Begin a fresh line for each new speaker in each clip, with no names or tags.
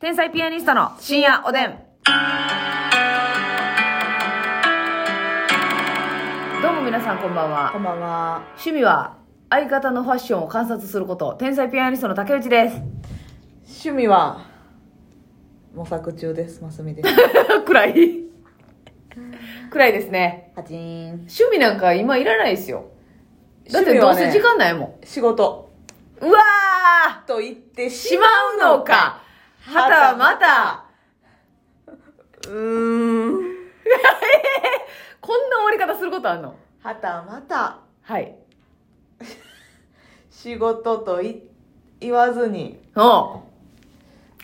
天才ピアニストの深夜おでん。どうも皆さんこんばん
こ
は。
んばんは。
趣味は相方のファッションを観察すること。天才ピアニストの竹内です。
趣味は、模索中です。ます みです。
暗い。暗いですね。
パチーン。
趣味なんか今いらないですよ。だって
趣味
どう
は
せ
ね
時間ないもん。
仕事。
うわー
と言って
し
し
ま
ま
う
う
の
の
か
か。
はたまた
うーん。
こんな終わり方することあんの
はたまた、
はい。
仕事とい言わずに、
の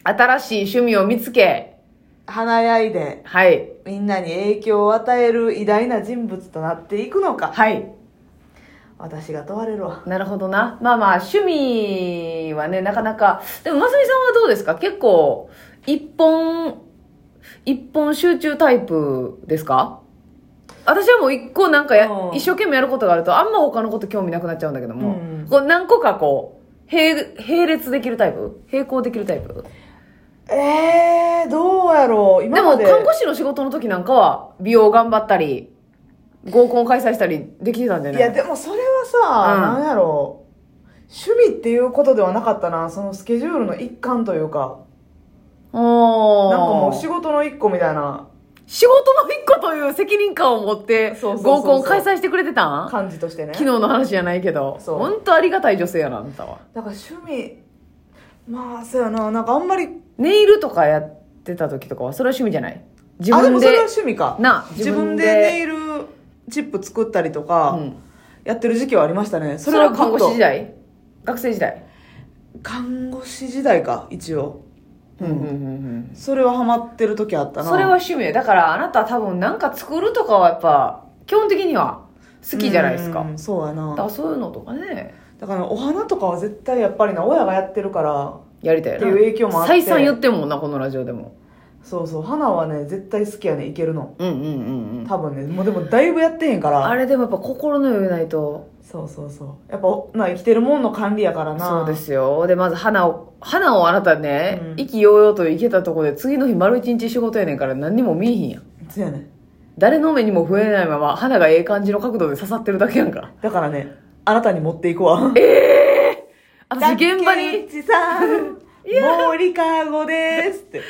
新しい趣味を見つけ、
華やいで、
はい。
みんなに影響を与える偉大な人物となっていくのか。
はい。
私が問われるわ。
なるほどな。まあまあ、趣味はね、なかなか。でも、ますみさんはどうですか結構、一本、一本集中タイプですか私はもう一個なんかや
うん
一生懸命やることがあると、あんま他のこと興味なくなっちゃうんだけども、
うん
こう何個かこう、並、並列できるタイプ並行できるタイプ
えー、どうやろう。
で
今ま
も、
で。
看護師の仕事の時なんかは、美容頑張ったり、合コン開催したりできてたんじゃない
いや、でもそれはさ、
うん
なんやろう。趣味っていうことではなかったな。そのスケジュールの一環というか。
おー
なんかもう仕事の一個みたいな
仕事の一個という責任感を持って
そうそうそうそ
合
う
コン開催してくれてたん
感じとしてね。
昨日の話じゃないけど
そう
本当ありがたい女性やなあんたは
だから趣味、まあそうやな。なんかあんまり、
ネイルとかやってた時とかはそれは趣味じゃない自
あ、で
分
も
で
それは趣味か。
な
自分でネイルチップ作ったりと
う
か、
ん、
やってる時期はありましたね。そ
そ
れ
れ
は
は
ずっ
看護
と
師時代学生時代
看護師時代か、一応。
うんうんうん
それはハマってる時あった
うん
な。
それは趣味やだからあなた多分なんか作るとかはやっぱ基本的には好きじゃないですか
うん。そうや
だ
な
か。らそういうのとかね
だからお花とかは絶対やっぱりな、親がやってるから、
やりたいよな
っていう影響もあって
再三言ってんもんなこのラジオでも
そうそう、花はね、絶対好きやね、いけるの。
うんうんうんうん
多分ね、もうでもだいぶやってへんから。
あれでもやっぱ心の余裕ないと
そうそうそう。やっぱ、な、生きてるもんの管理やからな。
そうで。すよでまず花を花をあなたね、
うん
意気揚々と行けたとこで次の日丸一日仕事やねんから何にも見えへんやん
そうやね。
誰の目にも増えないまま花がええ感じの角度で刺さってるだけやんか
だからね、あなたに持っていくわ。
ええ私現場
竹
に
内さん、森かごですって。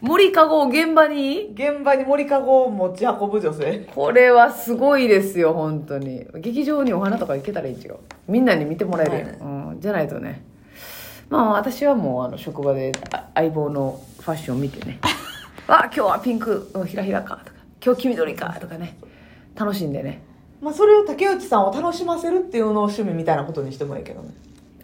森かごを現場に
現場に森かごを持ち運ぶ女性。
これはすごいですよ本当に劇場にお花とか行けたらいいんちゃうみんなに見てもらえるやん、うん、じゃないとねまあ私はもうあの職場であ相棒のファッションを見て ねわあ今日はピンクのひらひらかとか今日黄緑かとかね楽しんでね
まあ、それを竹内さんを楽しませるっていうのを趣味みたいなことにしてもいいけどね。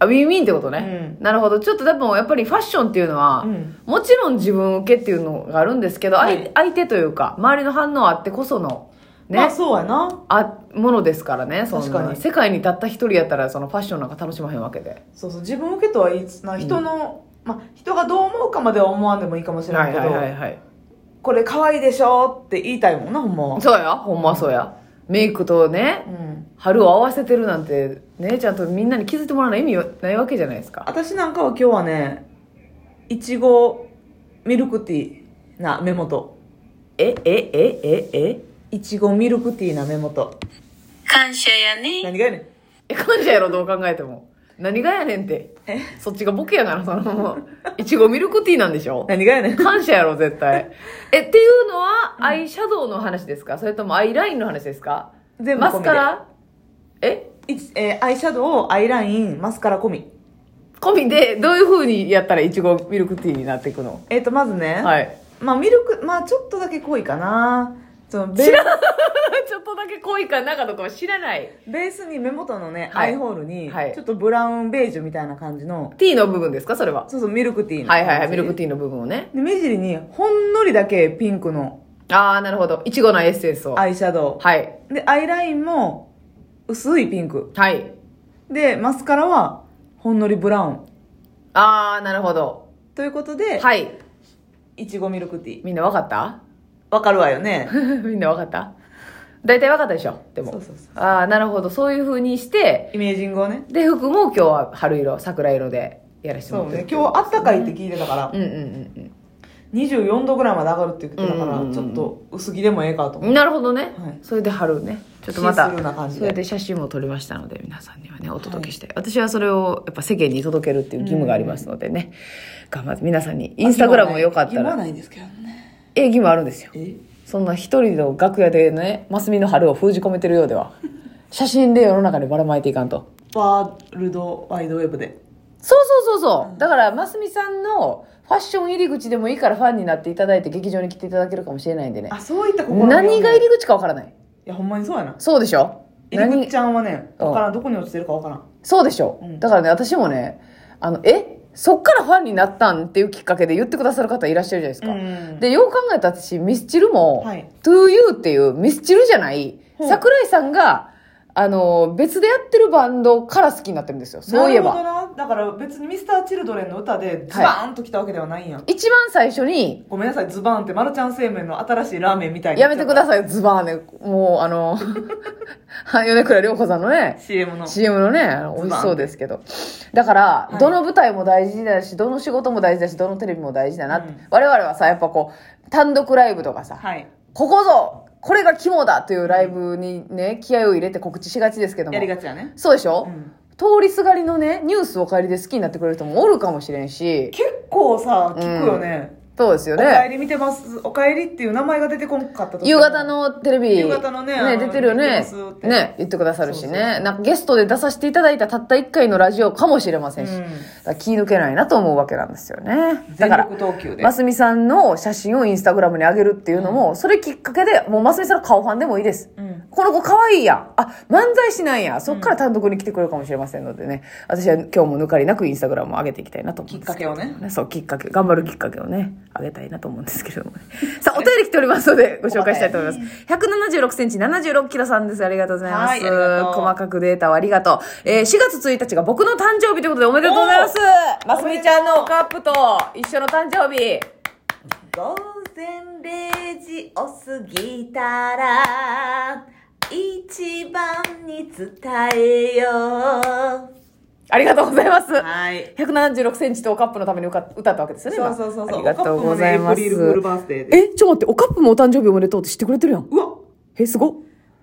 あウィンウィンってことね、
う
なるほどちょっと多分やっぱりファッションっていうのは、
うん
もちろん自分受けっていうのがあるんですけど、
はい
相相手というか周りの反応あってこそのね、
まあ、そうやな。
あものですからねそんな
確かに
世界にたった一人やったらそのファッションなんか楽しまへんわけで
そうそう、自分受けとは言いつつな、人の、まあ、人がどう思うかまでは思わんでもいいかもしれないけど、
はい
これ可愛いでしょって言いたいもんな、ほんまは。
そうやほんまそうやメイクとね
うん。
春を合わせてるなんてねちゃんとみんなに気づいてもらわない意味ないわけじゃないですか
私なんかは今日はねいちごミルクティーな目元
えええええ
いちごミルクティーな目元
感謝やね。
何がやねん
え感謝やろどう考えても何がやねんって
え
そっちがボケやからそのいちごミルクティーなんでしょ
何がやねん
感謝やろ絶対えっていうのはアイシャドウの話ですかそれともアイラインの話ですか
全部
マ
込
ス
み
カラえ
でいちえーアイシャドウアイラインマスカラ込み
込みでどういう風にやったらいちごミルクティーになっていくの
えっ、とまずね、
はい
まあミルクまあちょっとだけ濃いかなそのベー
ちょっとだけ濃いか中とかは知らない
ベースに目元のね、
はい
アイホールに、
はい
ちょっとブラウンベージュみたいな感じの
ティーの部分ですかそれは
そうそうミルクティーの
はいはいはいミルク
テ
ティーの部分をね
ィーで目尻にほんのりだけピンクの
ああなるほどいちごのエッセンスをは
アイシャド
い
ウでアイラインも薄いピンク
はい
で、マスカラはほんのりブラウン。
ああなるほど
ということで、
はい
い、ちごミルクティー。
みんなわかった
わかるわよね。
みんなわかった大体わかったでしょでも
そうそうそ
ああなるほどそういう風にして
イメージングをね。
で服も今日は春色桜色でやらせても
そ
ら
う
ってる
ね。今日あったかいって聞いてたから、
うんうんうんうん
24度ぐらいまで上がるって言ってたか
う
ら、
んうんうん
ちょっと薄着でもええかと思って、
なるほどね、
はい
それで貼るねちょっとまた
シースルーな感じで
それで写真も撮りましたので皆さんにはねお届けして、私はそれをやっぱ世間に届けるっていう義務がありますのでね、頑張って皆さんにインスタグラムもよかった
言わ
ら
ないですけどね
え義務あるんですよ
え
そんな一人の楽屋でねマスミの春を封じ込めてるようでは写真で世の中にばらまいていかんと
ワールドワイドウェブで
そうそうそうそう、だからますみさんのファッション入り口でもいいからファンになっていただいて劇場に来ていただけるかもしれないんでね
あそういった試みを
何が入り口かわからない
いやほんまにそうやな
そうでしょ
入り
何
口ちゃんはね
うん
わからんどこに落ちてるかわからん
そうでしょ、
うん
だからね私もねあのえそっからファンになったんっていうきっかけで言ってくださる方いらっしゃるじゃないですか、
うん
でよう考えたら私ミスチルも、
はい
TOYOU っていうミスチルじゃない
うん
桜井さんがあの別でやってるバンドから好きになってるんですよそういえば
なるほどなだから別にミスターチルドレンの歌でズバーンと来たわけではないんや、
一番最初に
ごめんなさいズバーンってマルちゃん製麺の新しいラーメンみたいに
やめてくだ
い
さいズバーねもうあ の はい米倉涼子さんのね
CM の
CM のねあの美味しそうですけどだから、
はい
どの舞台も大事だしどの仕事も大事だしどのテレビも大事だなって、
うん
我々はさやっぱこう単独ライブとかさ、
はい
ここぞこれが肝だというライブにね気合を入れて告知しがちですけども
やりがちやね
そうでしょ、
うん
通りすがりのねニュースお帰りで好きになってくれる人もおるかもしれんし
結構さ聞くよね、
そうですよ
おかえ
ね
り見てますおかえりっていう名前が出てこんかった時も
夕方のテレビ
夕方のねあの
出てるよ
見てま
ね
すって
ね言ってくださるしね
そうそ
なんかゲストで出させていただいたたった1回のラジオかもしれませんし、
うん
だから気抜けないなと思うわけなんですよねだ
全
から
力投球で
ますみさんの写真をインスタグラムに上げるっていうのも、それきっかけでもうますみさんの顔ファンでもいいです、
うん
この子可愛いやんあ漫才師なんやそっから単独に来てくれるかもしれませんのでね私は今日も抜かりなくインスタグラムを上げていきたいなと思
き
うん
っ
です
か
け
け
ど
をね
ね、そう、きっかけ、頑張るきっかけをね、あげたいなと思うんですけれどもね。 さあ、お便り来ておりますの で、ご紹介したいと思います。176センチ、76キロさんです。ありがとうございます。
はいありがとう
細かくデータをありがとう。えー4月1日が僕の誕生日ということで、おめでとうございます。ますみちゃんのおカップと一緒の誕生日。
午前0時を過ぎたら一番に伝えよう
ありがとうございます。
はい
176センチとおカップのために歌歌ったわけですよね。
そ
今
うそうそうそ
あ
う
りがとうございます。
おカップもねエイプリルフールバースデーで
え、ちょっと待って、おカップもお誕生日おめでとうって知ってくれてるやん。
うわ
え、すごっ。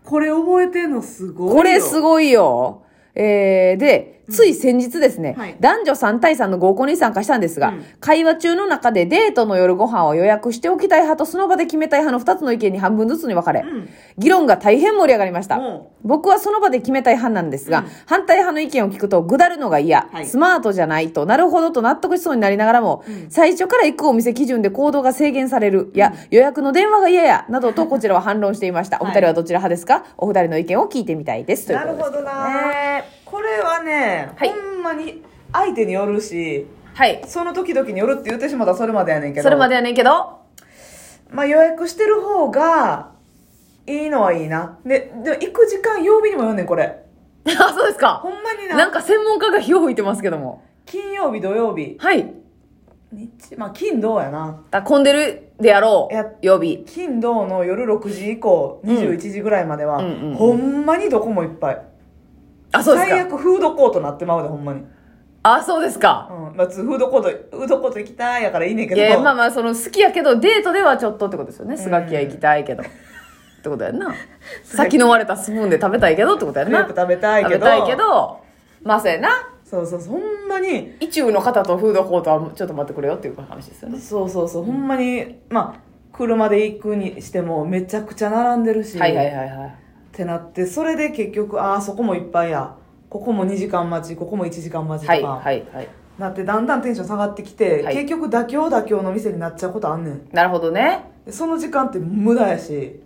これ覚えてんのすごいよ
これすごいよ。えー、で、つい先日ですね、
はい
男女3対3の合コンに参加したんですが、
うん
会話中の中でデートの夜ご飯を予約しておきたい派とその場で決めたい派の2つの意見に半分ずつに分かれ、
うん
議論が大変盛り上がりました
おう。
僕はその場で決めたい派なんですが、反対派の意見を聞くとぐだるのが嫌、
はい
スマートじゃないと、なるほどと納得しそうになりながらも、最初から行くお店基準で行動が制限される、や、予約の電話が嫌や、などとこちらは反論していました。お
い
二人はどちら派ですかお二人の意見を聞いてみたいです。という
な
こと
る
です
ほどな、これはね、
はい
ほんまに相手によるし
はい。
その時々によるって言ってしまったらそれまでやねんけど
それまでやねんけ ど、
まあ予約してる方がいいのはいいなでで行く時間曜日にもよんねんこれ
あ、そうですか
ほ。んまにな
なんか専門家が火を吹いてますけども。
金曜日土曜日
はい。
日まあ金土やな
だ混んでるであろ
や
う、曜日。
金土の夜6時以降21時ぐらいまでは、
うんうんうん
ほんまにどこもいっぱい
あ、そうです
最
か。
悪フードコートなってまうでほんまに、うん
あ、そうですか。
まあ、普通フードコートフードコート行きたいやからいいねんけ
い
ど
やいやまあまあその好きやけどデートではちょっとってことですよねスガキ屋行きたいけど、ってことや んな先の割れたスプーンで食べたいけどってことやん
クレ
な
ープ食べたいけ
食
ど
べたいけどまあそうやな
そうそうそうほんまに
意中の方とフードコートはちょっと待ってくれよっていう話ですよね
そうそうそうほんまにまあ車で行くにしてもめちゃくちゃ並んでるし、
はいはいはいはい
ってなってそれで結局ああそこもいっぱいやここも2時間待ちここも1時間待ちとか、
はいはいはい
なってだんだんテンション下がってきて、
はい
結局妥協妥協の店になっちゃうことあんねん
なるほどね
でその時間って無駄やし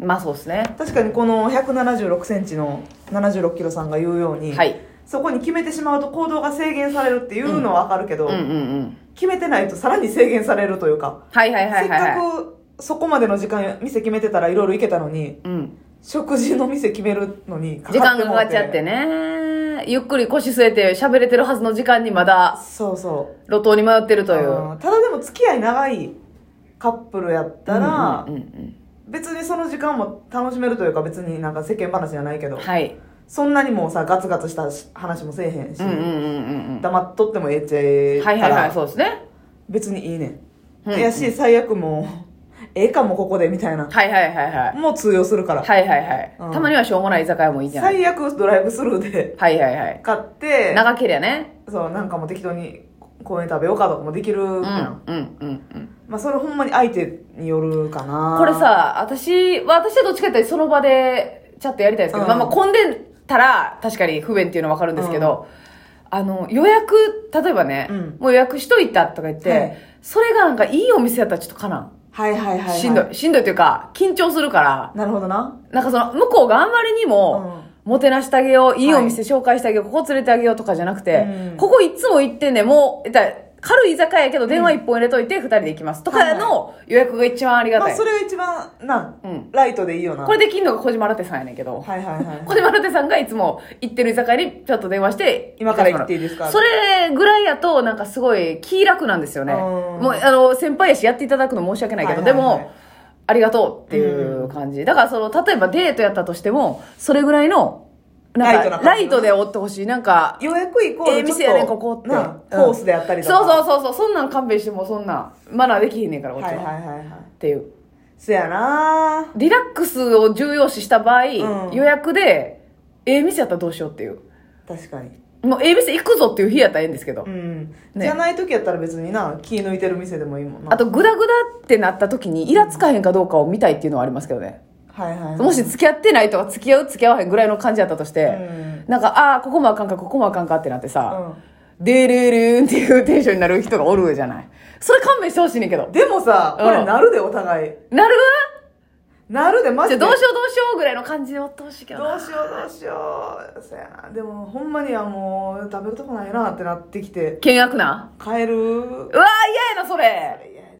まあそうですね
確かにこの1 7 6センチの7 6キロさんが言うように、
はい
そこに決めてしまうと行動が制限されるっていうのはわかるけ
う
ど、
んうんうん
決めてないとさらに制限されるというか、
はいはいはいはい
せっ
は
かくそこまでの時間店決めてたらいろいろ行けたのに
い、うん、
食事の店決めるのに
時間がかかっちゃって
ね
ねゆっくり腰据えて喋れてるはずの時間にまだ
そうそう
路頭に迷ってるとい
あ
う
ーただでも付き合い長いカップルやったら、
うんうんうん
別にその時間も楽しめるというか別になんか世間話じゃないけど、
うん、はい
そんなにもうさガツガツしたし話もせえへんし、
うんうんうんうんうん
黙っとってもええっちゃええ
は
か
い
ら、
はいはいそうですね
別にいいねん
うん
やし、最悪もう、 ええかもここでみたいな。
はいはいはいはい。
もう通用するから。
はいはいはい。
うん
たまにはしょうもない居酒屋もいいんじゃない
最悪ドライブスルーで
はいはいはい。
買って、
長けりゃね。
そう、なんかもう適当に公園食べようかとかもできるや。
うんん、うん、うん、うん。
まあそれほんまに相手によるかな。
これ、さ、私は、私はどっちかっていうとその場で、ちゃっとやりたいですけど、
うん
まあまあ混んでたら、確かに不便っていうのはわかるんですけど、あの、予約、例えばね、
うん
もう予約しといたとか言って、
はい
それがなんかいいお店やったらちょっとかなん。
はいはいはい、はい。
しんどい、しんどいというか、緊張するから、
なるほどな。
なんかその、向こうがあんまりにも、もてなしてあげよう、いいお店紹介してあげよう、ここ連れてあげようとかじゃなくて、
うん
ここいつも行ってんねん、もう、えっと軽い居酒屋やけど電話一本入れといて二人で行きますとかの予約が一番ありが
ま
た
あ
い
そ。れが一番、な、
うん
ライトでいいよな。
これできんのが小島ラテさんやねんけど、
はいはいはい。
小島ラテさんがいつも行ってる居酒屋にちょっと電話して、
今から行っていいですか
それぐらいやと、なんかすごい気楽なんですよね。
うん
もう、あの、先輩やしやっていただくの申し訳ないけど、
はい
で
はいはい
も、ありがとうっていう感じ。だから、その、例えばデートやったとしても、それぐらいの、
ラ
な
イ
ん
ト
か
な、
ライトで追ってほしい。なんか、
予約イコール
ええ店やねん、ここって。
な
うん
コースであったりとか。
そうそうそうそう、そんなん勘弁しても、そんなん、マナーできひんねんから、こっちは。
はいはいはいはい。
っていう。
そやな
リラックスを重要視した場合、
うん
予約で、ええ店やったらどうしようっていう。
確かに。
もう、ええ店行くぞっていう日やったらええんですけど。
うん。
ね
じゃない時やったら別にな、気抜いてる店でもいいもんな。
あと、グダグダってなった時に、イラつかへんかどうかを見たいっていうのはありますけどね。
はいはい。
もし付き合ってないとか、付き合う、付き合わへんぐらいの感じだったとして、
う
なんか、ああ、ここもあかんか、ここもあかんかってなってさ、
う
デレレーンっていうテンションになる人がおるじゃない。それ勘弁してほしいねんけど
ん。。でもさ、こ
うん
れなるでお互い。
なる
なるでマ
じゃ
ジ
あ
で。
どうしようどうしようぐらいの感じでおってほしいけど
ど
な。
うしようどうしよう。そやな。でもほんまにはもう、食べるとこないなってなってきて、
険悪な
帰る。
うわー嫌やな、それ。